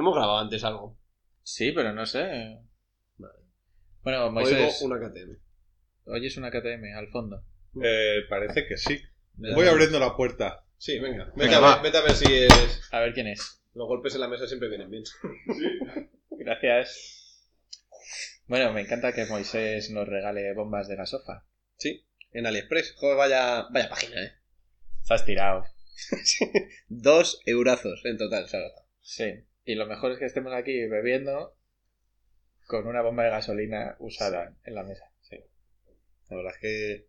Hemos grabado antes algo. Sí, pero no sé. Vale. Bueno, Oigo Moisés, una KTM. oyes una KTM al fondo. Eh, parece que sí. Me da- Voy abriendo la puerta. Sí, venga. Vete, Venga, a, va. ver, vete a ver si es... A ver quién es. Los golpes en la mesa siempre vienen bien. Gracias. Bueno, me encanta que Moisés nos regale bombas de gasofa. En AliExpress. Joder, vaya, vaya página, ¿eh? Estás tirado. Dos eurazos eh. en total, se ha gastado. Sí. Y lo mejor es que estemos aquí bebiendo con una bomba de gasolina usada en la mesa. Sí. La verdad es que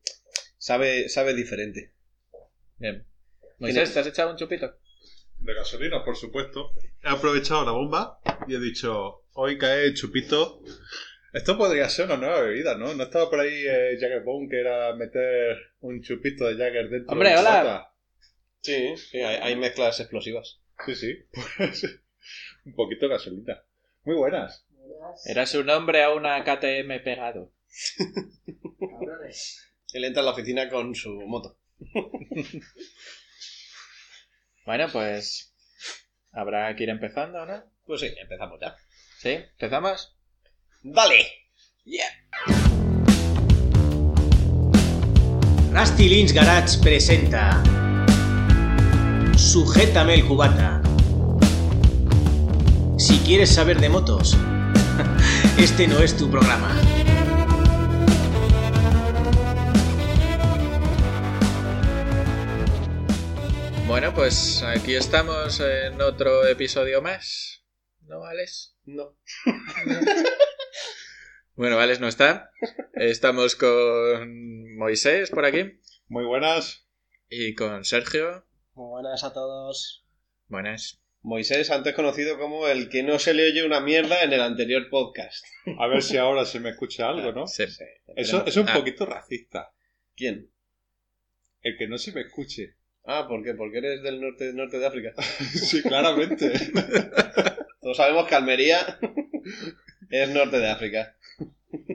sabe, sabe diferente. Bien. Moisés, ¿te has echado un chupito? De gasolina, por supuesto. He aprovechado la bomba y he dicho, hoy cae el chupito. Esto podría ser una nueva bebida, ¿no? ¿No estaba por ahí eh, Jaggerbone que era meter un chupito de Jagger dentro ¡Hombre, de la hola! lata? Sí, sí, hay, hay mezclas explosivas. Sí, sí. Pues, un poquito de gasolina. Muy buenas. Eras un hombre a una KTM pegado. Él entra a la oficina con su moto. Bueno, pues habrá que ir empezando, ¿no? Pues sí, empezamos ya. ¿Sí? ¿Empezamos? ¡Dale! Rusty Lynch Garage presenta Sujétame el cubata Si quieres saber de motos Este no es tu programa Bueno, pues aquí estamos en otro episodio más. ¿No, Alex? No. Bueno, Alex no está. Estamos con Moisés por aquí Muy buenas. y con Sergio. Buenas a todos Buenas. Moisés, antes conocido como el que no se le oye una mierda en el anterior podcast. A ver si ahora se me escucha algo, ¿no? Sí. Eso es un Ah. poquito racista. ¿Quién? El que no se me escuche. Ah, ¿por qué? Porque eres del norte, norte de África. Sí, claramente. Todos sabemos que Almería es norte de África.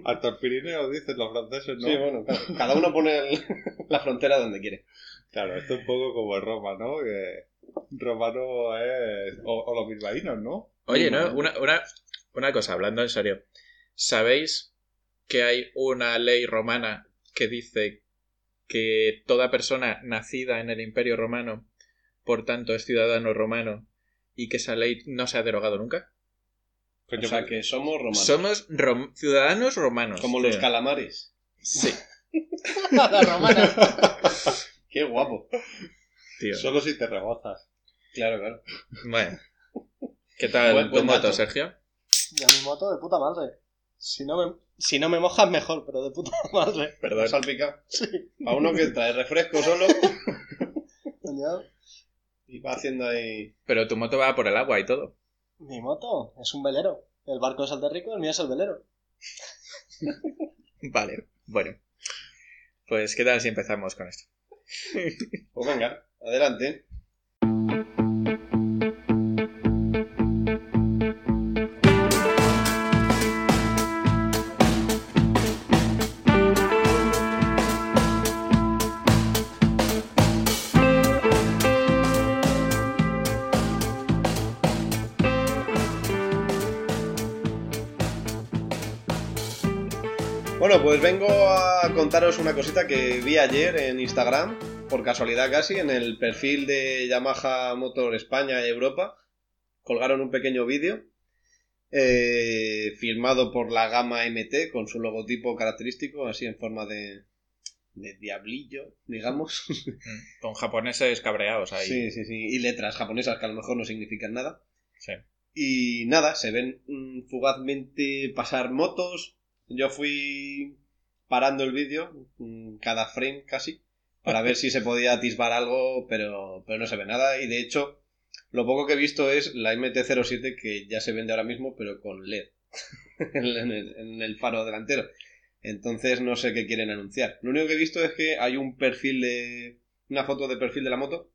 Hasta el Pirineo, dicen los franceses, ¿no? Sí, bueno, claro. Cada uno pone el- la frontera donde quiere. Claro, esto es un poco como en Roma, ¿no? Que romano es... O, o los bilbaínos, ¿no? Oye, ¿no? Una, una, una cosa, hablando en serio. ¿Sabéis que hay una ley romana que dice que toda persona nacida en el Imperio Romano, por tanto, es ciudadano romano y que esa ley no se ha derogado nunca? Coño, pues, O sea, que somos romanos. Somos rom- ciudadanos romanos. como tío. los calamares. Sí, Las romanas. Qué guapo. tío. Solo si te rebozas. Claro, claro. Bueno. ¿Qué tal Buen- tu buen moto, dato. Sergio? Y a mi moto de puta madre. Si no me, si no me mojas, mejor, pero de puta madre. Perdón. Salpicado. A uno que trae refresco solo coño. y va haciendo ahí. Pero tu moto va por el agua y todo. Mi moto es un velero. El barco es el de rico, el mío es el velero. Vale, bueno. Pues, ¿qué tal si empezamos con esto? Pues venga, adelante. Bueno, pues vengo a contaros una cosita que vi ayer en Instagram, por casualidad casi, en el perfil de Yamaha Motor España y Europa. Colgaron un pequeño vídeo eh, firmado por la gama MT con su logotipo característico, así en forma de, de diablillo, digamos. Mm, Con japoneses cabreados ahí. Sí, sí, sí. Y letras japonesas que a lo mejor no significan nada. Sí. Y nada, se ven mm, fugazmente pasar motos. Yo fui parando el vídeo, mm, cada frame casi, para ver si se podía atisbar algo, pero, pero no se ve nada. Y de hecho, lo poco que he visto es la MT-07 que ya se vende ahora mismo, pero con LED en el- en el faro delantero. Entonces no sé qué quieren anunciar. Lo único que he visto es que hay un perfil de. una foto de perfil de la moto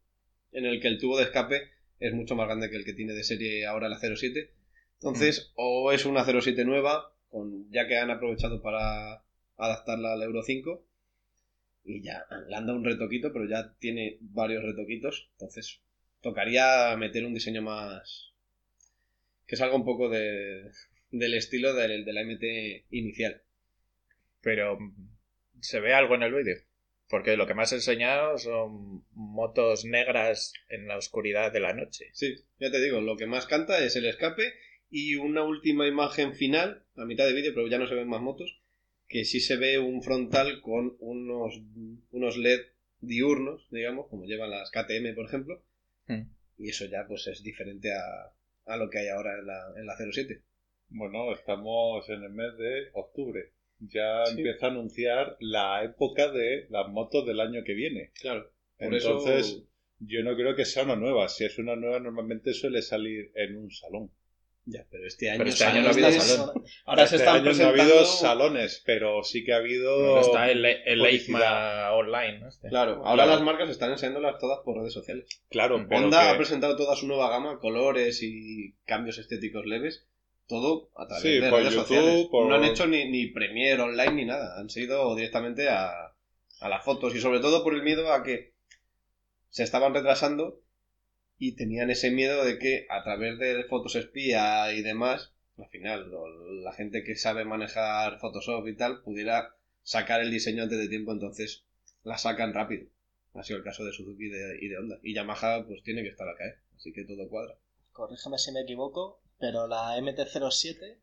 en el que el tubo de escape es mucho más grande que el que tiene de serie ahora la 07. Entonces, o es una 07 nueva, con, ya que han aprovechado para adaptarla al Euro 5. Y ya le han dado un retoquito, pero ya tiene varios retoquitos. Entonces, tocaría meter un diseño más. que salga un poco de- del estilo del, de la MT inicial. Pero mm, se ve algo en el vídeo. Porque lo que más he enseñado son motos negras en la oscuridad de la noche. Sí, ya te digo, lo que más canta es el escape y una última imagen final, a mitad de vídeo, pero ya no se ven más motos, que sí se ve un frontal con unos, unos LED diurnos, digamos, como llevan las KTM, por ejemplo, Mm. y eso ya pues es diferente a, a lo que hay ahora en la, en la 07. Bueno, estamos en el mes de octubre. Ya Sí. empieza a anunciar la época de las motos del año que viene. Claro, por Entonces, eso... yo no creo que sea una nueva. Si es una nueva, normalmente suele salir en un salón. Ya, pero este año, Pero este año no ha habido salones- salón. Ahora se Este están año presentando... No ha habido salones, pero sí que ha habido... Ahora está el, el publicidad. EICMA online. ¿no? Este. Claro, ahora Claro. las marcas están enseñándolas todas por redes sociales. Claro, pero Honda ha que- presentado toda su nueva gama, colores y cambios estéticos leves, todo a través Sí, de por redes YouTube, sociales. por- No han hecho ni, ni Premiere online ni nada, han sido directamente a, a las fotos y sobre todo por el miedo a que se estaban retrasando y tenían ese miedo de que a través de fotos espía y demás, al final lo- la gente que sabe manejar Photoshop y tal pudiera sacar el diseño antes de tiempo, entonces la sacan rápido. Ha sido el caso de Suzuki y de, y de Honda. Y Yamaha pues tiene que estar acá, ¿eh? así que todo cuadra. Corrígeme si me equivoco, pero la MT-07,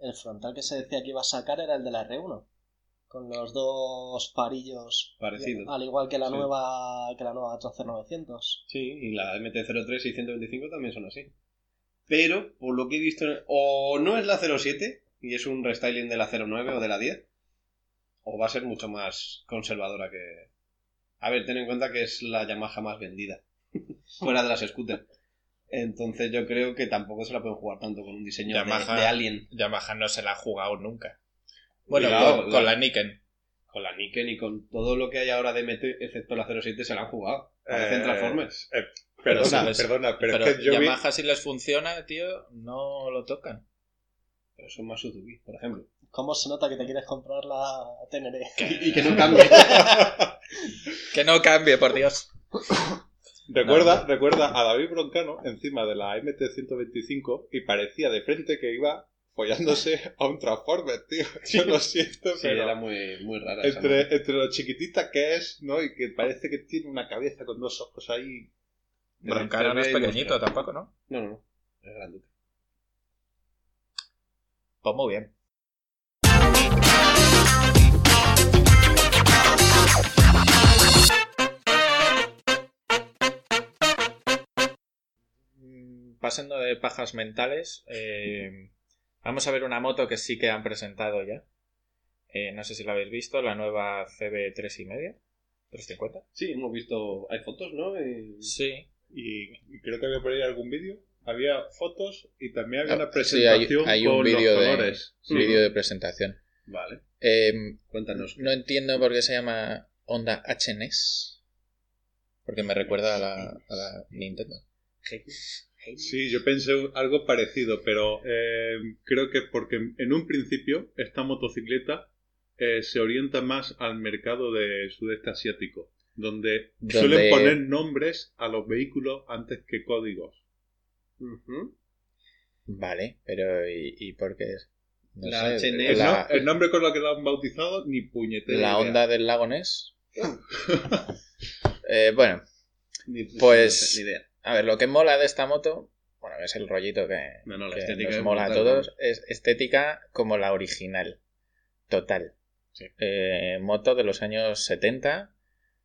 el frontal que se decía que iba a sacar era el de la R1. Con los dos parillos. Parecido. Al igual que la Sí. nueva que la nueva Tracer 900. Sí, y la MT-03 y 125 también son así. Pero, por lo que he visto, o no es la 07 y es un restyling de la 09 o de la 10, o va a ser mucho más conservadora que... A ver, ten en cuenta que es la Yamaha más vendida, fuera de las scooters. Entonces yo creo que tampoco se la pueden jugar tanto con un diseño de, Yamaha. de Alien. Yamaha no se la ha jugado nunca. Bueno, Cuidado, con, la- con la Nikken. Con la Niken y con todo lo que hay ahora de MT, excepto la 07, se la han jugado. Parecen Eh, Transformers. eh, Pero perdona, sabes- perdona, pero, Pero, es que yo vi- Yamaha si les funciona, tío, no lo tocan. Pero son más Suzuki, por ejemplo. ¿Cómo se nota que te quieres comprar la Teneré? Y que no cambie. Que no cambie, por Dios. Recuerda, No, recuerda a David Broncano encima de la MT-125 y parecía de frente que iba follándose a un Transformer, tío. Yo lo siento, Sí, pero era muy, muy rara. esa entre, entre lo chiquitita que es, ¿no? Y que parece que tiene una cabeza con dos ojos ahí. De Broncano no es Monterrey, pequeñito Moscú. tampoco, ¿no? No, no, no. Es grande. Pues muy bien. Mm, Pasando de pajas mentales, eh, vamos a ver una moto que sí que han presentado ya. Eh, no sé si la habéis visto, la nueva CB 3 y media, 350. Sí, hemos visto. Hay fotos, ¿no? Y- Sí, Y, y creo que había por ahí algún vídeo. Había fotos y también había una Ah, sí, hay- presentación hay un con los vídeo de- colores. Vídeo de presentación. Vale, Em, cuéntanos. No entiendo por qué se llama Honda HNS. Porque me recuerda a la, a la Nintendo. Sí, yo pensé un- algo parecido, pero eh, creo que porque en- en un principio esta motocicleta eh, se orienta más al mercado de sudeste asiático, donde, Donde- suelen poner nombres a los vehículos antes que códigos. Ujú. Vale, pero ¿y, y por qué? No La E sé, HNS, El, la, no- el nombre con lo que lo han bautizado, ni puñetera. la idea. Honda del lago Ness. Eh, bueno, Ni- Pues- no sé, Ni idea. a ver, lo que mola de esta moto, bueno, es el rollito que, No, no, la que estética. nos es mola a brutal, todos, es estética como la original, total. Eh, moto de los años 70,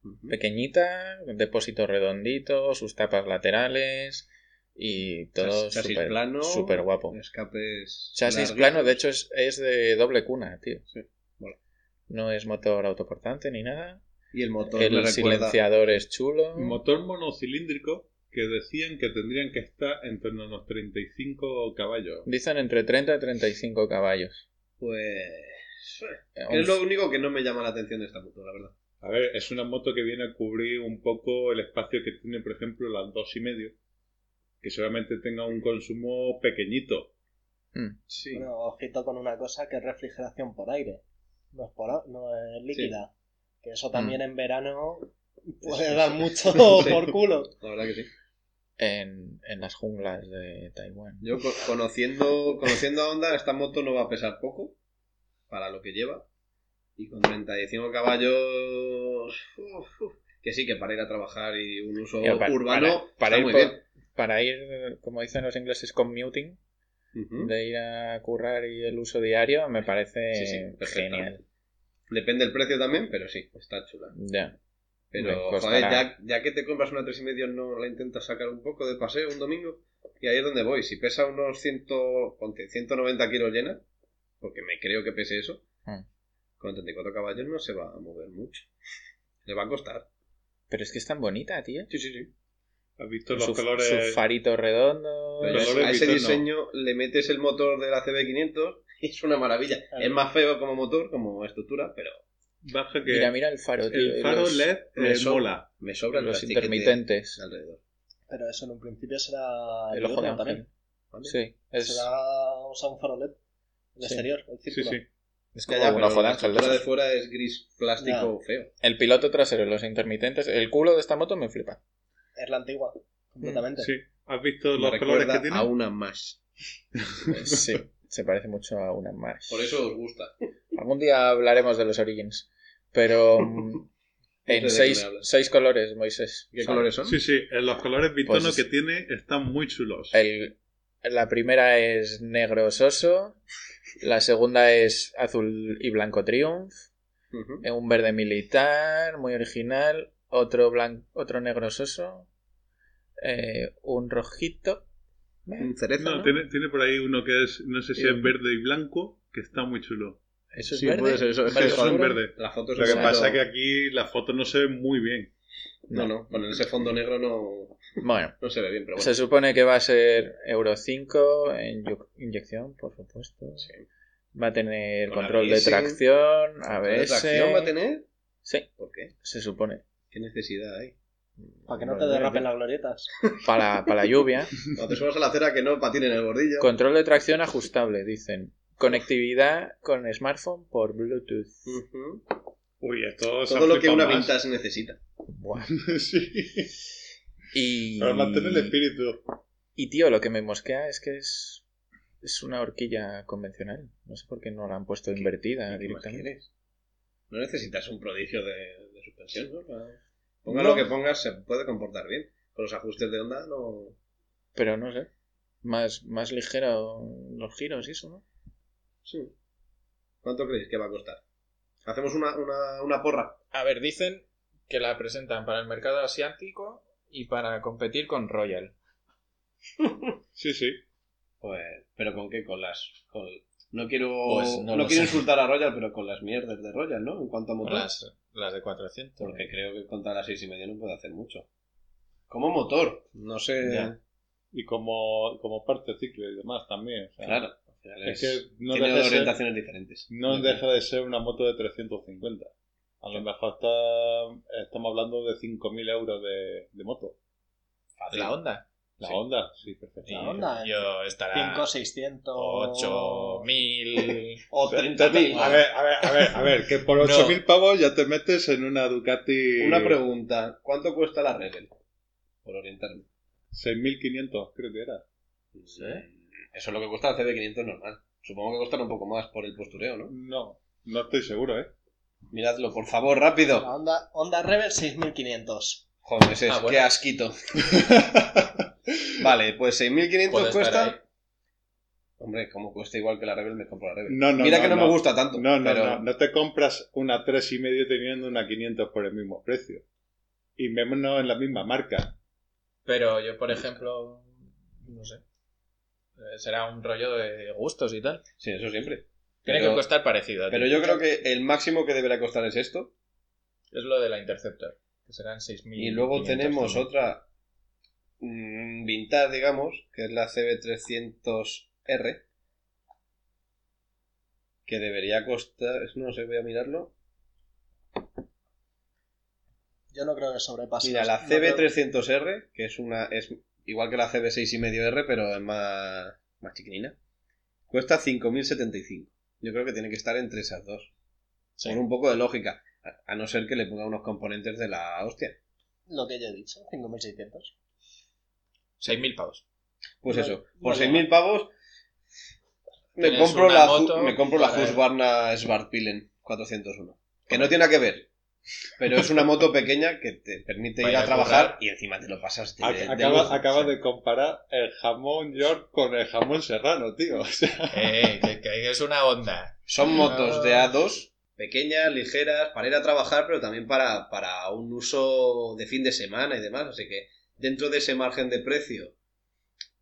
¿no? Ujú. pequeñita, depósito redondito, sus tapas laterales y todo Chasis súper plano. súper guapo. Escapes. Chasis largos. plano, de hecho, es, es de doble cuna, tío. Sí, mola. No es motor autoportante ni nada. Y el motor. me El recuerda- silenciador es chulo. Motor monocilíndrico que decían que tendrían que estar en torno a los 35 caballos. Dicen entre 30 y 35 caballos. Pues. Eh, Es un- lo único que no me llama la atención de esta moto, la verdad. A ver, es una moto que viene a cubrir un poco el espacio que tiene, por ejemplo, las dos y medio, que solamente tenga un consumo pequeñito. Mm. Sí. Bueno, ojito con una cosa que es refrigeración por aire. No es, por, a- no es líquida. Que eso también en verano puede Mm. Sí. dar mucho Sí. por culo. La verdad que sí. en, en las junglas de Taiwán. Yo co- conociendo, conociendo a Honda, esta moto no va a pesar poco para lo que lleva. Y con 35 caballos... uf, uf, que sí, que para ir a trabajar y un uso Tío, pa- urbano para- para está ir muy por- bien. Para ir, como dicen los ingleses, commuting, Ujú. de ir a currar y el uso diario, me parece ¿Mm? Sí, sí, perfectamente. genial. Eh, Depende del precio también, pero sí, está chula. Ya. pues Me Pero, costará. joder, ya, ya que te compras una 3,5 no la intentas sacar un poco de paseo un domingo. Y ahí es donde voy. Si pesa unos 100, ponte, 190 kilos llena, porque me creo que pese eso, Mm. con 34 caballos no se va a mover mucho. Le va a costar. Pero es que es tan bonita, tío. Sí, sí, sí. ¿Has visto los Su- colores? Sus faritos redondos. Pero Los ya colores a ese vitón, no. diseño le metes el motor de la CB500 y es una maravilla. Claro. Es más feo como motor, como estructura, pero Baja que Mira, mira el faro, tío. y el faro los, LED me eh, sobra. mola. me sobra el los plastiquete intermitentes. alrededor. Pero eso en un principio será El ojo de diurno ángel. ¿vale? Sí, es, Será usar un faroled E el Sí. exterior, el Sí, círculo. sí. Ya, es como ya, un pero ojo de la ángel. estructura eso. de fuera es gris plástico feo. El piloto trasero, los intermitentes. El culo de esta moto me flipa. Es la antigua, Mm, completamente. Sí. ¿Has visto Me los colores que recuerda tiene? a una más. Eh, Sí, se parece mucho a una más. Por eso os gusta. Algún día hablaremos de los Origins. Pero mm, de qué en me seis, hablas. seis colores, Moisés. ¿Qué O sea, colores son? Sí, sí. eh, Los colores bitono Pues- que tiene están muy chulos. El, la primera es negro soso. La segunda es azul y blanco triumph. Ujú. eh, Un verde militar, muy original. Otro, blan- otro negro soso. eh, un rojito. Un cerezo. No, ¿no? tiene, tiene por ahí uno que es, no sé si Y- es verde y blanco, que está muy chulo. Eso es Sí, verde. puede ser, eso- es que ¿Verde son oscuro? verde. La foto es Lo que un pasa es que poquito- aquí la foto no se ve muy bien. No, no, con ese fondo negro no, Bueno. no se ve bien, pero bueno. Se supone que va a ser Euro 5 en yo- inyección, por supuesto. Sí. Va a tener Con control ABS. de tracción, Pues, ABS. ¿Tracción va a tener? Sí, ¿Por qué? se supone. ¿Qué necesidad hay? Para que no te derrapen las glorietas. Para, para la lluvia. Cuando te subas a la acera que no patinen el bordillo. Control de tracción ajustable, dicen. Conectividad con smartphone por Bluetooth. Ujú. Uy, esto se Todo lo ha que una flipado más. vintage necesita. Buah. sí. Y, Para mantener el espíritu. y tío, lo que me mosquea es que es, es una horquilla convencional. No sé por qué no la han puesto invertida ¿Qué más directamente. quieres? No necesitas un prodigio de, de suspensión, ¿no? Para- Ponga lo que pongas, se puede comportar bien. Con los ajustes de onda no... Pero no sé. Más, más ligero los giros y eso, ¿no? Sí. ¿Cuánto creéis que va a costar? Hacemos una, una, una porra. A ver, dicen que la presentan para el mercado asiático y para competir con Royal. Sí, sí. Pues, ¿pero con qué? Con las... Con... No quiero, Pues no no lo quiero sé. insultar a Royal, pero con las mierdas de Royal, ¿no? En cuanto a motor. Las, las de 400. Porque creo que contra las seis y media no puede hacer mucho. Como motor, no sé. Ya. Y como, como parte ciclo y demás también. o sea, Claro, al final Es es, que no tiene deja, dos de ser, orientaciones diferentes. no deja de ser una moto de 350. A lo mejor está, estamos hablando de 5.000 euros de, de moto. La Honda. La Sí. Honda, sí, perfecto. Y Honda, eh. Yo Ah, estará 5, 600. 8000. O A 30.000. ver, a ver, a ver, a ver, que por No. 8.000 pavos ya te metes en una Ducati. Una pregunta: ¿cuánto cuesta la Rebel? Por orientarme. 6.500, creo que era. Eso es lo que cuesta la CB500 normal. Supongo que costará un poco más por el postureo, ¿no? No, no estoy seguro, ¿eh? Miradlo, por favor, La rápido. Honda, Honda Rebel 6500. Joder, ese es, Ah, bueno. qué asquito. vale, pues 6.500 Puede estar ahí. cuesta. Hombre, como cuesta igual que la Rebel, me compro la Rebel. No, no, Mira que no, me no. gusta tanto. No, no, pero... no, no te compras una 3,5 teniendo una 500 por el mismo precio. Y menos en la misma marca. Pero yo, por ejemplo, no sé. Eh, Será un rollo de gustos y tal. Sí, eso siempre. Tiene Pero- que costar parecido. Pero tío. yo creo que el máximo que deberá costar es esto. Es lo de la Interceptor. Que serán 6.000. Y luego tenemos otra mm, vintage, digamos, que es la CB300R. Que debería costar. No sé, voy a mirarlo. Yo no creo que sobrepase. Mira, la No creo- CB300R, que es una. es igual que la CB6,5R, pero es más, más chiquinina. Cuesta 5.075. Yo creo que tiene que estar entre esas dos. Sí. Con un poco de lógica. A- A no ser que le ponga unos componentes de la hostia. Lo que yo he dicho, 5600. 6.000 pavos. Pues Vale, eso, por vale. 6.000 pavos me Tienes compro, una la, moto Ju- me compro la para- Husqvarna Svartpilen 401. Que no tiene nada que ver, pero es una moto pequeña que te permite Para ir a ir a currar. trabajar y encima te lo pasas de, de Acabas lujo. de comparar el jamón York con el jamón serrano, tío. O sea, Eh, que, que es una onda. Son motos de A2, pequeñas, ligeras, para ir a trabajar, pero también para, para un uso de fin de semana y demás. Así que dentro de ese margen de precio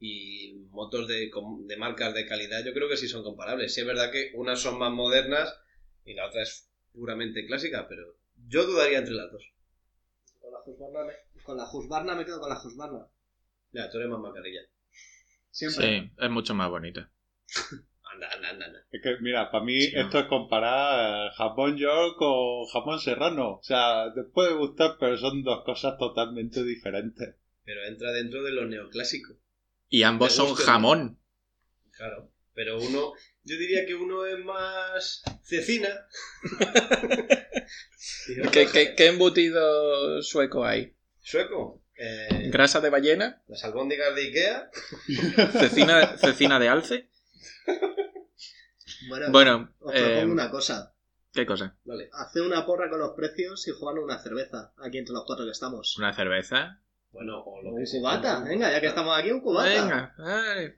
y motos de, com- de marcas de calidad, yo creo que sí son comparables. Sí es verdad que unas son más modernas y la otra es puramente clásica, pero yo dudaría entre las dos. Con la Husqvarna me, con la Husqvarna me quedo con la Husqvarna. Ya, tú eres más macarilla. Siempre. Sí, es mucho más bonita. Anda, anda, anda. anda. es que, mira, para mí Sí, no. esto es comparar jamón York con jamón serrano. O sea, te puede gustar, pero son dos cosas totalmente diferentes. Pero entra dentro de lo neoclásico. Y ambos son gusta. jamón. Claro, pero uno, yo diría que uno es más cecina. Y otro ¿Qué, qué, qué embutido sueco hay? Sueco. Eh, ¿Grasa de ballena? las albóndigas de Ikea. ¿Cecina, cecina de alce? Bueno, Bueno, os eh, propongo una cosa. ¿qué cosa? Vale. Hacer una porra con los precios y jugar una cerveza. Aquí entre los cuatro que estamos. ¿Una cerveza? Bueno, o lo Un que sea. cubata. Venga, ya que estamos aquí, un cubata. Venga, ay,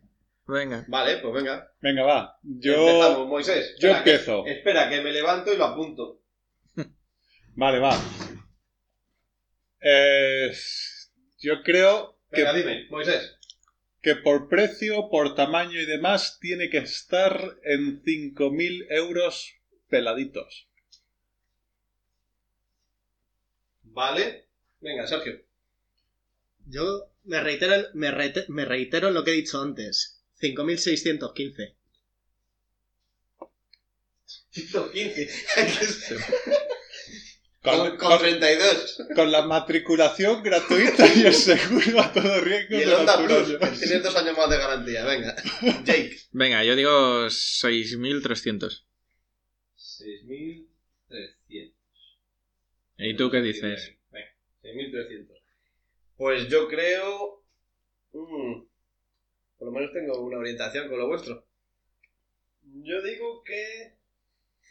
venga. Vale, pues venga. Venga, va. Yo, Empezamos, Moisés. yo Espera que- empiezo. espera, que me levanto y lo apunto. Vale, va. Eh, yo creo que, Venga, dime, Moisés. que por precio, por tamaño y demás, tiene que estar en 5.000 euros peladitos. Vale. Venga, Sergio. Yo me reitero, en- me, reite- me reitero en lo que he dicho antes. 5.615. 115. Con, con, con- con 32. con la matriculación gratuita y el seguro a todo riesgo. Y el de Honda los Plus. puros. Tienes dos años más de garantía. Venga. Jake. Venga, yo digo 6.300. 6.300. ¿Y tú qué dices? Venga, 6.300. Pues yo creo... mm, por lo menos tengo una orientación con lo vuestro. Yo digo que...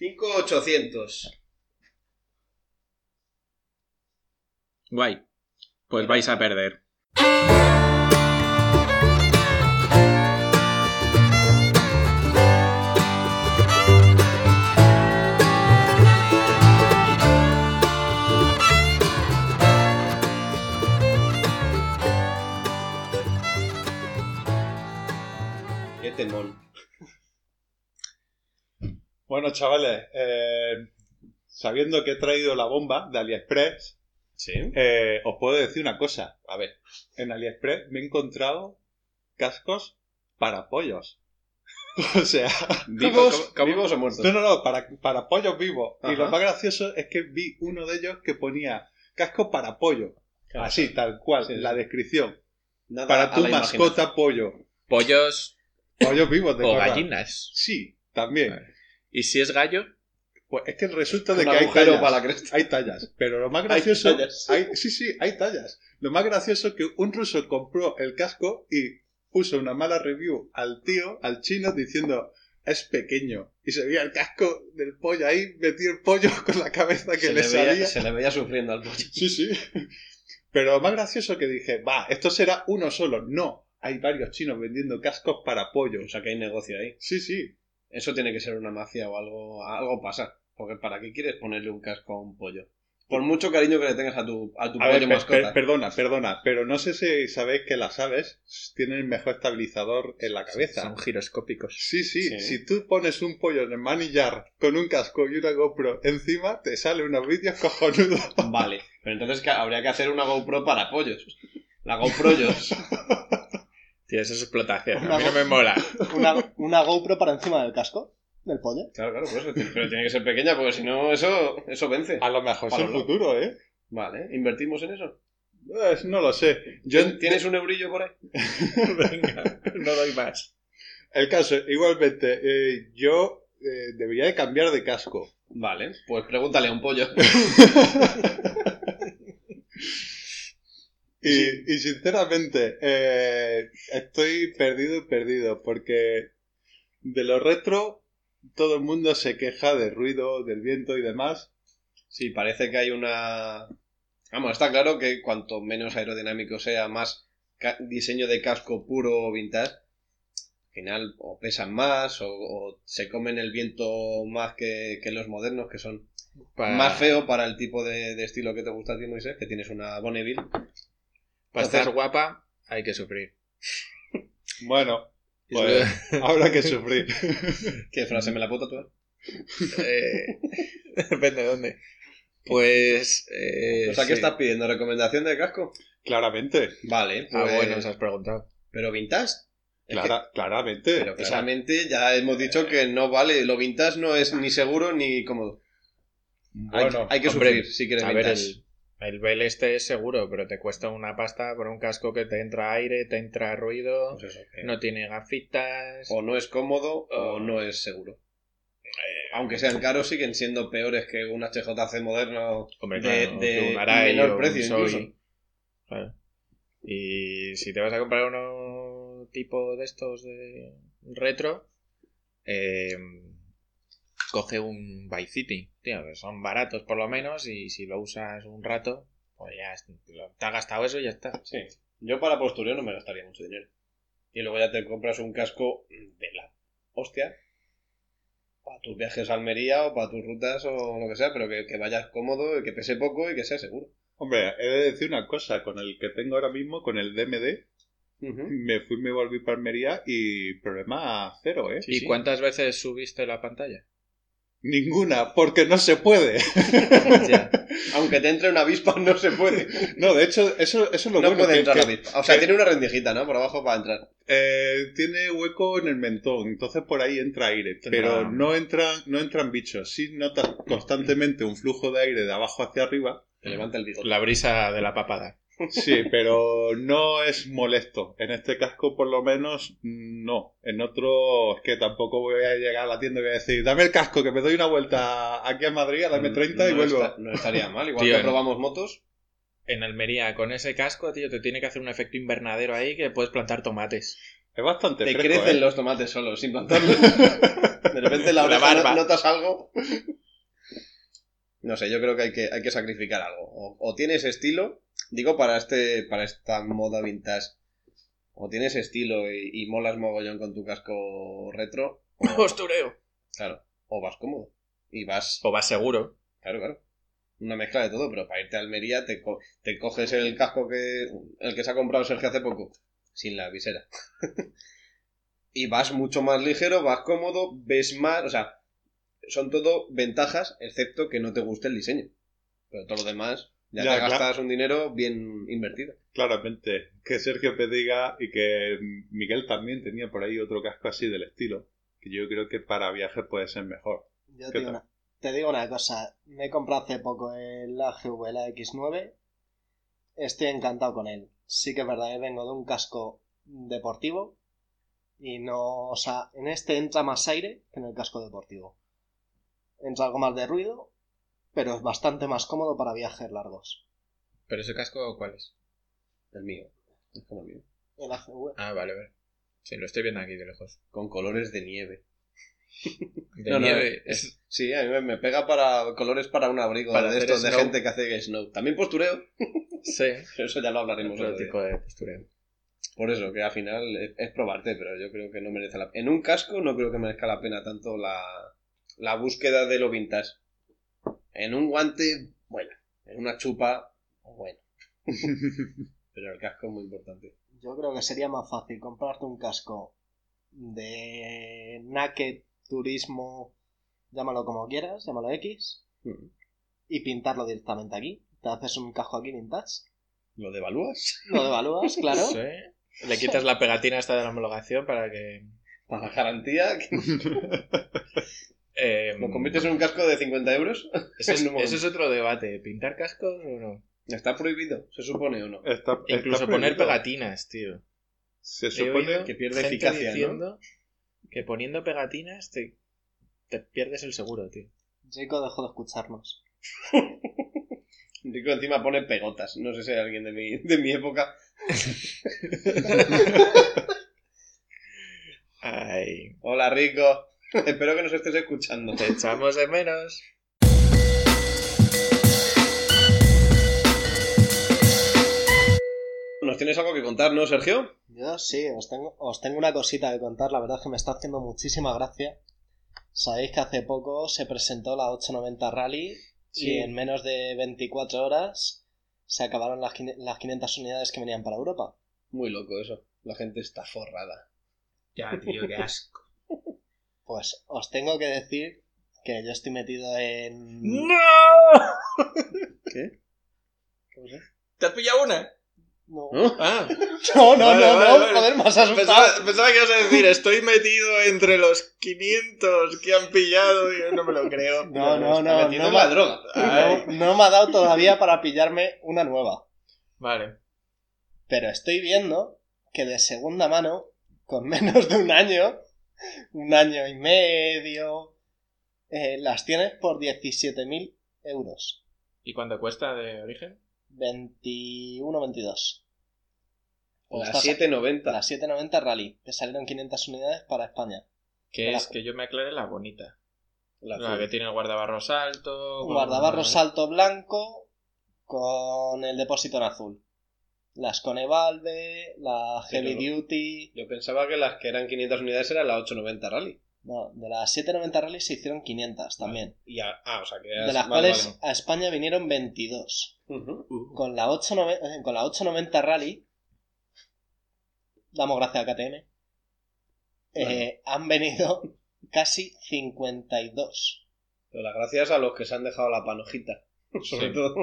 5.800. Guay. Pues vais a perder. Qué temón. Bueno, chavales, eh, sabiendo que he traído la bomba de AliExpress, Sí. eh, os puedo decir una cosa. A ver, en AliExpress me he encontrado cascos para pollos. o sea, ¿Vivos, vivos o muertos? no, no, no, para, para pollos vivos. Y lo Ajá. más gracioso es que vi uno de ellos que ponía casco para pollo. Así, tal cual, Sí, sí. la descripción. Nada Para a tu la imaginación. mascota pollo. Pollos Pollos vivos de o verdad. gallinas. Sí, también. Vale. ¿Y si es gallo? Pues es que resulta de Un que hay agujero tallas. para la cresta. Hay tallas. Pero lo más gracioso. Hay tallas. hay- sí, sí, hay tallas. Lo más gracioso es que un ruso compró el casco y puso una mala review al tío, al chino, diciendo es pequeño. Y se veía el casco del pollo ahí, metido el pollo con la cabeza que se, le le veía, salía. se le veía sufriendo al pollo. Sí, sí. Pero lo más gracioso que dije, va, esto será uno solo. No, hay varios chinos vendiendo cascos para O pollos. sea que hay negocio ahí. Sí, sí. Eso tiene que ser una mafia o algo, algo pasa. Porque ¿para qué quieres ponerle un casco a un pollo? Por mucho cariño que le tengas a tu, a tu A pollo ver, per- per- mascota. perdona, perdona, pero no sé si sabéis que las aves tienen mejor estabilizador en la cabeza. Son giroscópicos. Sí, sí, Sí. si tú pones un pollo en el manillar con un casco y una GoPro encima, te sale unos vídeos cojonudos. Vale, pero entonces ¿qué? habría que hacer una GoPro para pollos. La GoPro Tío, eso es explotación. Una A mí no go- me mola. Una, una GoPro para encima del casco, del pollo. Claro, claro, por eso. Pero tiene que ser pequeña porque si no, eso, Ah, eso vence. A lo mejor es el Pablo. futuro, ¿eh? Vale, ¿invertimos en eso? Eh, no lo sé. Yo ¿Tien- ¿Tienes un eurillo por ahí? Venga, no doy más. El caso, igualmente, eh, yo eh, debería de cambiar de casco. Vale, pues pregúntale a un pollo. Y, y sinceramente, eh, estoy perdido, perdido, porque de lo retro todo el mundo se queja del ruido, del viento y demás. Sí, parece que hay una. Vamos, está claro que cuanto menos aerodinámico sea, más ca- diseño de casco puro o vintage, al final o pesan más o, o se comen el viento más que, que los modernos, que son Para, más feo para el tipo de, de estilo que te gusta a ti, Moisés, que tienes una Bonneville. estar guapa hay que sufrir. Bueno, pues habrá que sufrir. ¿Qué frase me la puedo tatuar? Eh, depende de dónde. Pues. eh, O sea, ¿qué sí. estás pidiendo? ¿Recomendación de casco? Claramente, Vale, Ah, pues- bueno, eso has preguntado. ¿Pero vintage? Es que- clara- claramente. Pero O sea, claramente ya hemos dicho que no vale. Lo vintage no es ni seguro ni cómodo. Hay- bueno, hay, que hombre, sufrir si quieres A ver, vintage. el, el Bell este es seguro, pero te cuesta una pasta por un casco que te entra aire, te entra ruido, Pues eso, que no tiene gafitas. O no es cómodo Ah. o no es seguro. Eh, Aunque sean caros, siguen siendo peores que un HJC moderno. Hombre, de- claro, de que un Arai menor o un precio Soy. incluso. Claro. Y si te vas a comprar uno tipo de estos de retro, eh, coge un Vice City, tío, que son baratos por lo menos y si lo usas un rato, pues ya es- lo- te has gastado eso y ya está. Sí. Yo para postureo no me gastaría mucho dinero. Y luego ya te compras un casco de la hostia. Para tus viajes a Almería o para tus rutas o lo que sea, pero que, que vayas cómodo, y que pese poco y que sea seguro. hombre, he de decir una cosa, con el que tengo ahora mismo, con el DMD, me fui, me volví para Almería y problema cero, ¿eh? ¿Y cuántas veces subiste la pantalla? Ninguna, porque no se puede. Ya. Aunque te entre una avispa, no se puede. No, de hecho, eso, eso es lo no bueno. puede que- entrar que, la avispa. O sea, que- tiene una rendijita, ¿no? Por abajo para entrar. Eh, tiene hueco en el mentón, entonces por ahí entra aire, pero no entran, no entran bichos. Si notas constantemente un flujo de aire de abajo hacia arriba, Te levanta el bigote. La brisa de la papada. sí, pero no es molesto. En este casco, por lo menos, no. En otro, es que tampoco voy a llegar a la tienda y voy a decir, dame el casco, que me doy una vuelta aquí a Madrid, a la M30 y No vuelvo. está- no estaría mal. Igual Tío, que eh. probamos motos. En Almería, con ese casco, tío, te tiene que hacer un efecto invernadero ahí que puedes plantar tomates. Es bastante Te, fresco, crecen ¿eh? los tomates solos, sin plantarlos. De repente la La oreja no- barba. notas algo. No sé, yo creo que hay que, hay que sacrificar algo. O, o tienes estilo, digo para este para esta moda vintage, o tienes estilo y, y molas mogollón con tu casco retro, Pues, Postureo. claro, o vas cómodo. Y vas O vas seguro. Claro, claro. Una mezcla de todo, pero para irte a Almería te, co- te coges el casco que el que se ha comprado Sergio hace poco, sin la visera. y vas mucho más ligero, vas cómodo, ves más, o sea, son todo ventajas, excepto que no te guste el diseño. Pero todo lo demás, ya, Ya, te claro. gastas un dinero bien invertido. Claramente, que Sergio Pediga y que mm, Miguel también tenía por ahí otro casco así del estilo, que yo creo que para viajes puede ser mejor. Yo ¿Qué te digo, tal? una, te digo una cosa, me he comprado hace poco el AGV, la X9, estoy encantado con él. Sí que es verdad, que vengo de un casco deportivo y no, o sea, en este entra más aire que en el casco deportivo. Entra algo más de ruido, pero es bastante más cómodo para viajes largos. ¿Pero ese casco cuál es? El mío. Es como el mío. El AGV, Ah, vale, vale. Sí, lo estoy viendo aquí de lejos. Con colores de nieve. De No, no, nieve. es- es- Sí, a mí me- me pega para colores para un abrigo Para de hacer estos de snow. gente que hace snow. También postureo, Sí. pero eso ya lo hablaremos Otro otro día. tipo de postureo. Por eso, que al final es, es probarte, pero yo creo que no merece la En un casco no creo que merezca la pena tanto la, la búsqueda de lo vintage. En un guante, bueno. En una chupa, bueno. pero el casco es muy importante. yo creo que sería más fácil comprarte un casco de naked, turismo, llámalo como quieras, llámalo X. y pintarlo directamente aquí. Te haces un casco aquí vintage, ¿Lo devalúas? lo devalúas, claro. Sí. Le quitas la pegatina esta de la homologación para que. ¿Para la garantía? que eh, ¿Lo conviertes en un casco de 50 euros? Eso es, en un momento. eso es otro debate. ¿Pintar cascos o no? ¿Está prohibido? ¿Se supone o no? Está- está Incluso poner prohibido. pegatinas, tío. Se He oído supone que pierde gente eficacia, ¿no? diciendo Que poniendo pegatinas te, te pierdes el seguro, tío. Jacob dejó de escucharnos. Rico encima pone pegotas. No sé si hay alguien de mi, de mi época. Ay, Hola, Rico. Espero que nos estés escuchando. te echamos de menos. ¿Nos tienes algo que contar, no, Sergio? Yo sí, os tengo, os tengo una cosita que contar, la verdad es que me está haciendo muchísima gracia. Sabéis que hace poco se presentó la 890 Rally y en menos de 24 horas se acabaron las, quin- las 500 unidades que venían para Europa. Muy loco eso. La gente está forrada. Ya, tío, qué asco. Pues os tengo que decir que yo estoy metido en... ¡No! ¿Cómo se llama? ¿Te has pillado una? No, ¿No? Ah, no, no, Vale, no, vale, no, vale. joder, me has asustado. pensaba, pensaba que ibas a decir, estoy metido entre los 500 que han pillado. Y yo no me lo creo. No, no, Está no, metiendo no, en la me- droga. Ay, no, no me ha dado todavía para pillarme una nueva. vale. Pero estoy viendo que de segunda mano, con menos de un año, un año y medio, eh, las tienes por 17.000 euros. ¿Y cuánto cuesta de origen? 21, 22. Las Estás- 7.90. Las 790 Rally, que salieron 500 unidades para España. Que Hola. es que yo me aclaré la bonita. La La que tiene el guardabarros alto. Un con- guardabarros alto blanco con el depósito en azul. Las Conevalve, la Sí, Heavy claro. Duty. Yo pensaba que las que eran 500 unidades eran la 890 Rally. No, de las 790 Rally se hicieron 500 también. Y a- ah, o sea, que de es- vale, las cuales Uh. vale. a España vinieron 22. Ujú. Con la, 890, eh, con la 890 Rally, damos gracias a KTM, eh, han venido casi 52. Pero las gracias a los que se han dejado la panojita. Sobre Sí. todo.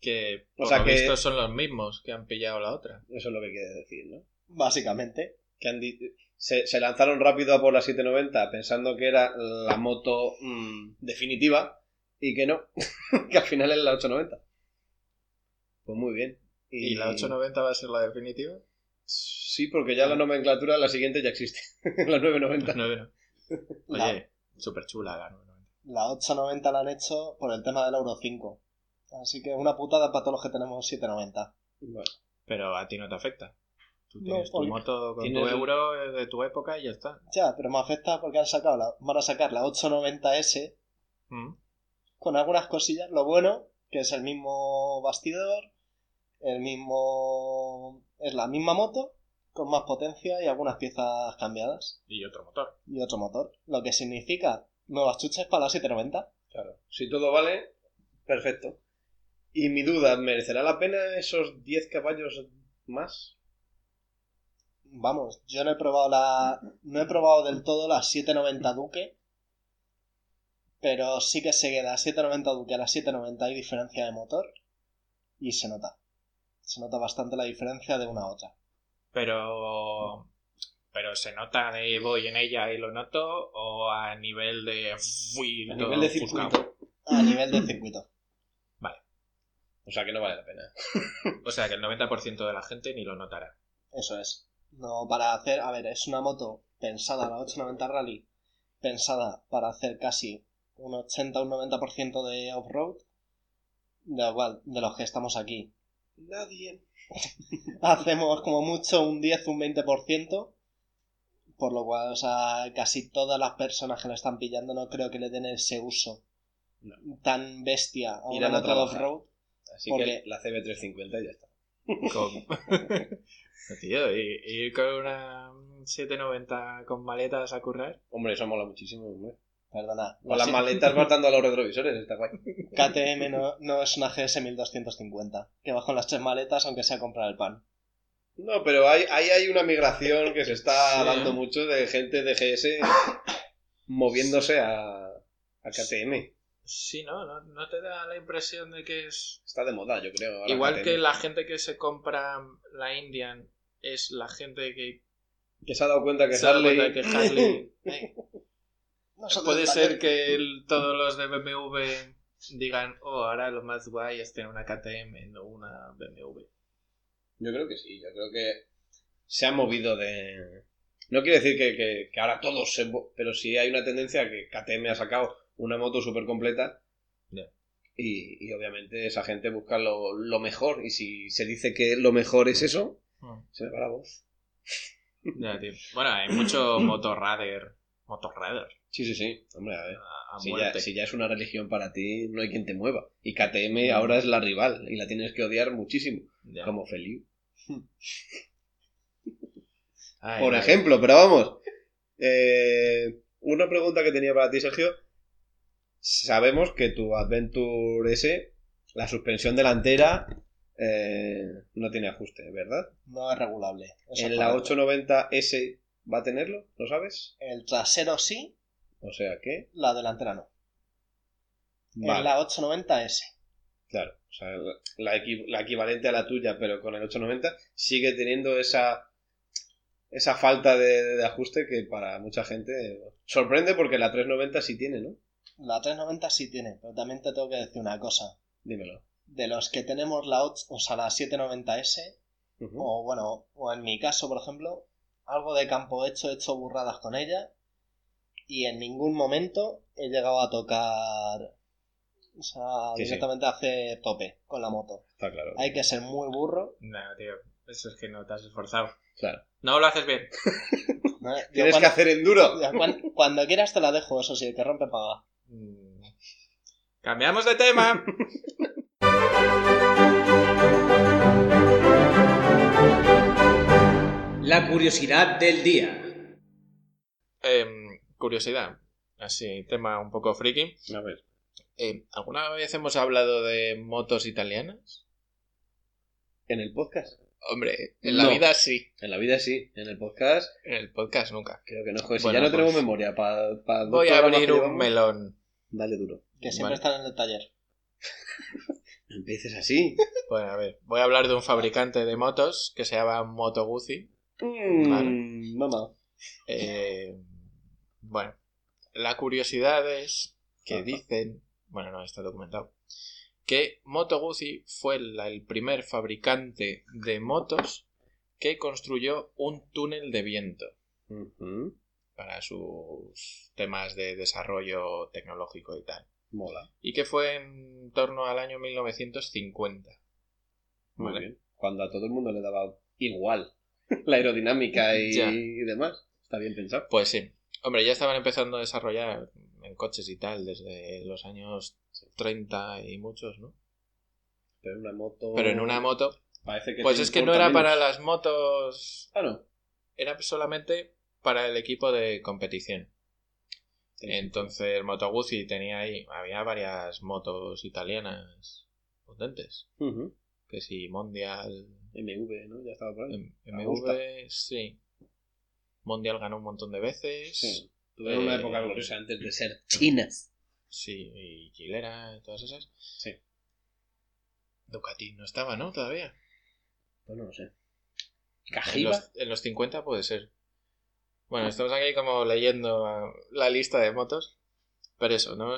Que O por sea lo que- visto son los mismos que han pillado la otra. Eso es lo que quiere decir, ¿no? Básicamente, Que han di- se, se lanzaron rápido a por la 790 pensando que era la moto mm, definitiva y que no. que al final es la 890. Pues muy bien. ¿Y la 890 va a ser la definitiva? Sí, porque ya la nomenclatura, la siguiente ya existe. la 990. No, no. La- Oye, súper chula la 990. la 890 la han hecho por el tema del Euro 5. Así que una putada para todos los que tenemos 790. Bueno, Pero a ti no te afecta. Tú No, tienes tu porque- moto con Tienes tu el- euro eh, de tu época y ya está. Ya, pero me afecta porque han sacado la, van a sacar la 890S Mm. con algunas cosillas. Lo bueno, que es el mismo bastidor, el mismo. es la misma moto, con más potencia y algunas piezas cambiadas Y otro motor. y otro motor. Lo que significa nuevas chuches para la 790. claro. Si todo vale, perfecto. Y mi duda, ¿merecerá la pena esos 10 caballos más? Vamos, yo no he probado la. no he probado del todo la 790 Duque. Pero sí que sé que de la 790 Duque a la 790 hay diferencia de motor. Y se nota. Se nota bastante la diferencia de una a otra. Pero. Pero se nota de voy en ella y lo noto, o a nivel de. fui A todo nivel de ofuscado? circuito. A nivel de circuito. O sea que no vale la pena. O sea que el 90% de la gente ni lo notará. Eso es. No, para hacer. A ver, es una moto pensada, la 890 Rally, pensada para hacer casi un 80 o un 90% de off-road, de lo cual, de los que estamos aquí. Nadie. Hacemos como mucho un 10, un 20%, por lo cual, o sea, casi todas las personas que lo están pillando no creo que le den ese uso tan bestia a una Irán a moto de trabajar. off-road. Así Porque- que la CB350 ya está. Con... Tío, y ir con una 790 con maletas a currar. Hombre, eso mola muchísimo. hombre. Perdona. Con las si- maletas matando a los retrovisores, está guay. KTM no, no es una GS 1250, que va con las tres maletas aunque sea comprar el pan. No, pero hay, ahí hay una migración que se está Sí. dando mucho de gente de GS moviéndose a, a KTM. Sí, ¿no? ¿no? ¿No te da la impresión de que es... Está de moda, yo creo. ahora Igual que KTM. la gente que se compra la Indian es la gente que Que se ha dado cuenta que se da Harley... cuenta que Harley... Eh, Nosotros puede también. ser que el- todos los de BMW digan, oh, ahora lo más guay es tener una KTM, no una BMW. Yo creo que sí, yo creo que se ha movido de... No quiere decir que, que- que ahora todos se... mo- Pero sí hay una tendencia que KTM ha sacado una moto súper completa Ya. Y, y obviamente esa gente busca lo, lo mejor. Y si se dice que lo mejor es eso, Mm. se me va la voz. Ya, tío. Bueno, hay mucho motorrader. Motorrader. Sí, sí, sí. Hombre, a ver. A, a Si ya, muerte. si ya es una religión para ti, no hay quien te mueva. Y KTM ahora es la rival y la tienes que odiar muchísimo, Mm. Ya. como Feliu. Ay, Por ay. ejemplo, pero vamos. Eh, una pregunta que tenía para ti, Sergio. Sabemos que tu Adventure S, la suspensión delantera, eh, no tiene ajuste, ¿verdad? No es regulable. Eso ¿En es la correcto. 890S va a tenerlo? ¿Lo sabes? El trasero sí, O sea que. la delantera no. vale. En la 890S. Claro, o sea, la, la equi- la equivalente a la tuya, pero con el 890, sigue teniendo esa, esa falta de, de ajuste que para mucha gente eh, sorprende porque la 390 sí tiene, ¿no? La 390 sí tiene, pero también te tengo que decir una cosa. Dímelo. De los que tenemos la, och- o sea, la 790S, Ujú. o bueno, o en mi caso, por ejemplo, algo de campo hecho, he hecho burradas con ella, y en ningún momento he llegado a tocar, o sea, Sí, sí. directamente hacer tope con la moto. Está claro. Hay que ser muy burro. No, tío. Eso es que no te has esforzado. Claro. No lo haces bien. ¿no? Yo Tienes cuando- que hacer enduro. yo cuan- cuando quieras te la dejo, eso sí, el que rompe paga. Mm. Cambiamos de tema. La curiosidad del día. Em, curiosidad. Así, tema un poco friki. A ver. Em, ¿Alguna vez hemos hablado de motos italianas? En el podcast. Hombre, en la No. vida sí. En la vida sí. En el podcast En el podcast nunca. creo que no. Joder, si Bueno, ya no pues, tenemos memoria para... Voy a abrir un melón. Dale duro. Que siempre Vale. están en el taller. No empieces así. Bueno, a ver. Voy a hablar de un fabricante de motos que se llama Moto Guzzi. Mm, Vale. Mamá. Eh, bueno, la curiosidad es que Ajá. dicen, bueno, no está documentado, que Moto Guzzi fue la- el primer fabricante de motos que construyó un túnel de viento Ujú. para sus temas de desarrollo tecnológico y tal. Mola. Y que fue en torno al año 1950. Muy Vale. bien. Cuando a todo el mundo le daba igual la aerodinámica y, Ya. y demás. Está bien pensado. Pues sí. Hombre, ya estaban empezando a desarrollar en coches y tal desde los años 30 y muchos, ¿no? Pero en una moto. Pero en una moto Parece que Pues te es que no importa era menos. para las motos, Ah, no. era solamente para el equipo de competición. Entonces, Moto Guzzi tenía ahí, había varias motos italianas potentes. Ujú. Que si Mondial, MV, ¿no? Ya estaba por ahí. M- gusta. MV, sí. Mondial ganó un montón de veces. Sí. Sí, Tuve una eh, época gloriosa antes de ser chinas. y Gilera, y todas esas. Sí. Ducati no estaba, ¿no? Todavía. Pues no lo sé. En Cajiba. los, en los 50 puede ser. Bueno, estamos aquí como leyendo ah, la lista de motos. Pero eso, no,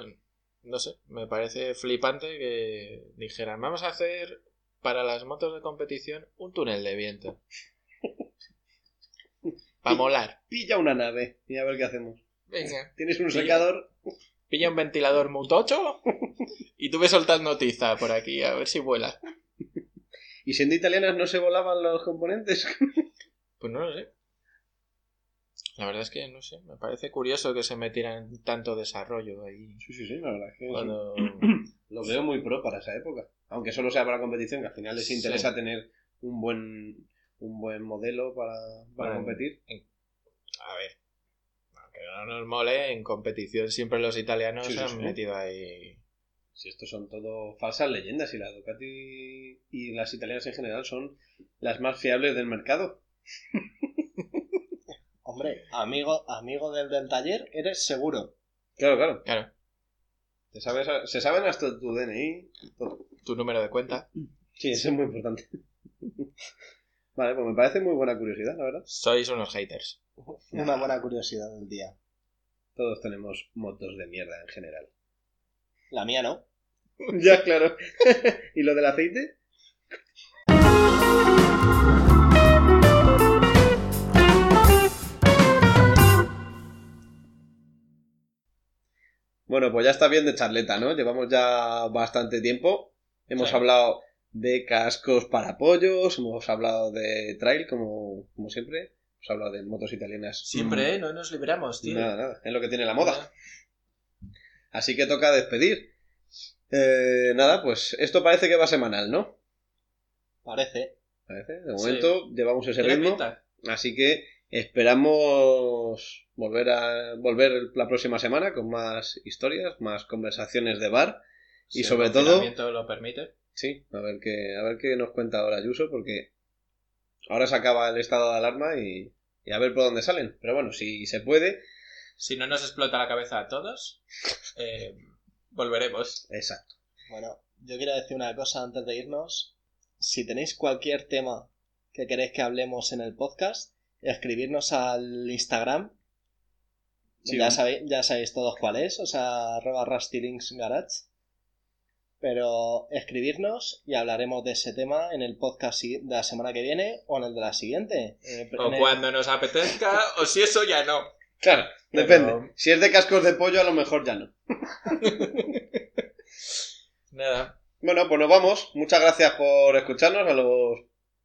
no sé, me parece flipante que dijeran, vamos a hacer para las motos de competición un túnel de viento. Para molar. Pilla una nave y a ver qué hacemos. Venga. ¿Tienes un Pilla. secador? Pilla un ventilador mutocho y tú ves soltando tiza por aquí a ver si vuela. ¿Y siendo italianas no se volaban los componentes? Pues no lo sé. La verdad es que no sé, me parece curioso que se metieran tanto desarrollo ahí. Sí, sí, sí, la verdad es que Cuando... lo veo muy pro para esa época. Aunque solo sea para competición, que al final les Sí. interesa tener un buen un buen modelo para, para Para- competir. A ver. Aunque no nos mole, en competición siempre los italianos Sí, sí, se han sí. metido ahí. Si estos son todo falsas leyendas y la Ducati y las italianas en general son las más fiables del mercado. Hombre, amigo, amigo del, del taller, eres seguro. Claro, claro. Claro, Te sabes, se saben hasta tu DNI. todo. tu número de cuenta. Sí, eso es muy importante. vale, pues me parece muy buena curiosidad, la verdad. Sois unos haters. Una buena curiosidad del día. Todos tenemos motos de mierda en general. La mía no. ya, claro. ¿Y lo del aceite? Bueno, pues ya está bien de charleta, ¿no? Llevamos ya bastante tiempo. Hemos Sí. hablado de cascos para pollos, hemos hablado de trail, como, como siempre. Hemos hablado de motos italianas. Siempre, ¿eh? No nos liberamos, tío. Nada, nada. Es lo que tiene la moda. Así que toca despedir. Eh, nada, pues esto parece que va semanal, ¿no? Parece. Parece. De Sí. momento llevamos ese Tiene ritmo. pinta. Así que esperamos volver a volver la próxima semana con más historias, más conversaciones de bar. Y Si sobre el todo- confinamiento lo permite. Sí, a ver qué, a ver qué nos cuenta ahora Ayuso, porque ahora se acaba el estado de alarma y, y a ver por dónde salen. Pero bueno, si se puede, Si no nos explota la cabeza a todos, eh, volveremos. exacto. Bueno, yo quiero decir una cosa antes de irnos. Si tenéis cualquier tema que queréis que hablemos en el podcast, escribirnos al Instagram. Sí, ya, un- sabéis, ya sabéis todos cuál es, o sea, arroba rustylinksgarage. Pero escribirnos y hablaremos de ese tema en el podcast si- de la semana que viene o en el de la siguiente. Eh, En el- O en el- cuando nos apetezca, o si eso ya no. Claro, Pero- depende. Si es de cascos de pollo, a lo mejor ya no. Nada. Bueno, pues nos vamos. Muchas gracias por escucharnos a los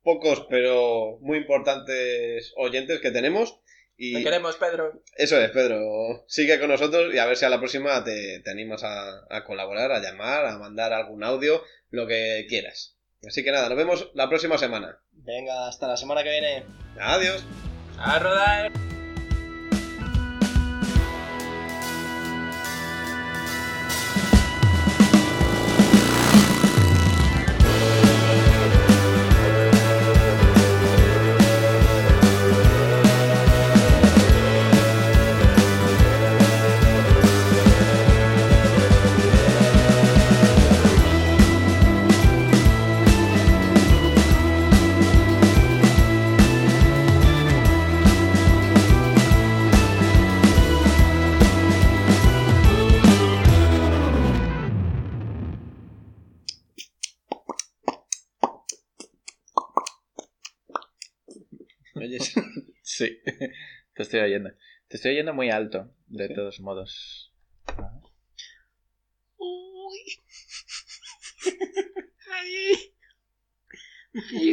pocos pero muy importantes oyentes que tenemos. Te Y queremos, Pedro. Eso es, Pedro. Sigue con nosotros y a ver si a la próxima te, te animas a, a colaborar, a llamar, a mandar algún audio, lo que quieras. Así que nada, nos vemos la próxima semana. Venga, hasta la semana que viene. Adiós. A rodar. Oyes. Sí, te estoy oyendo. Te estoy oyendo muy alto, de todos modos. Uy. Ay. Ay.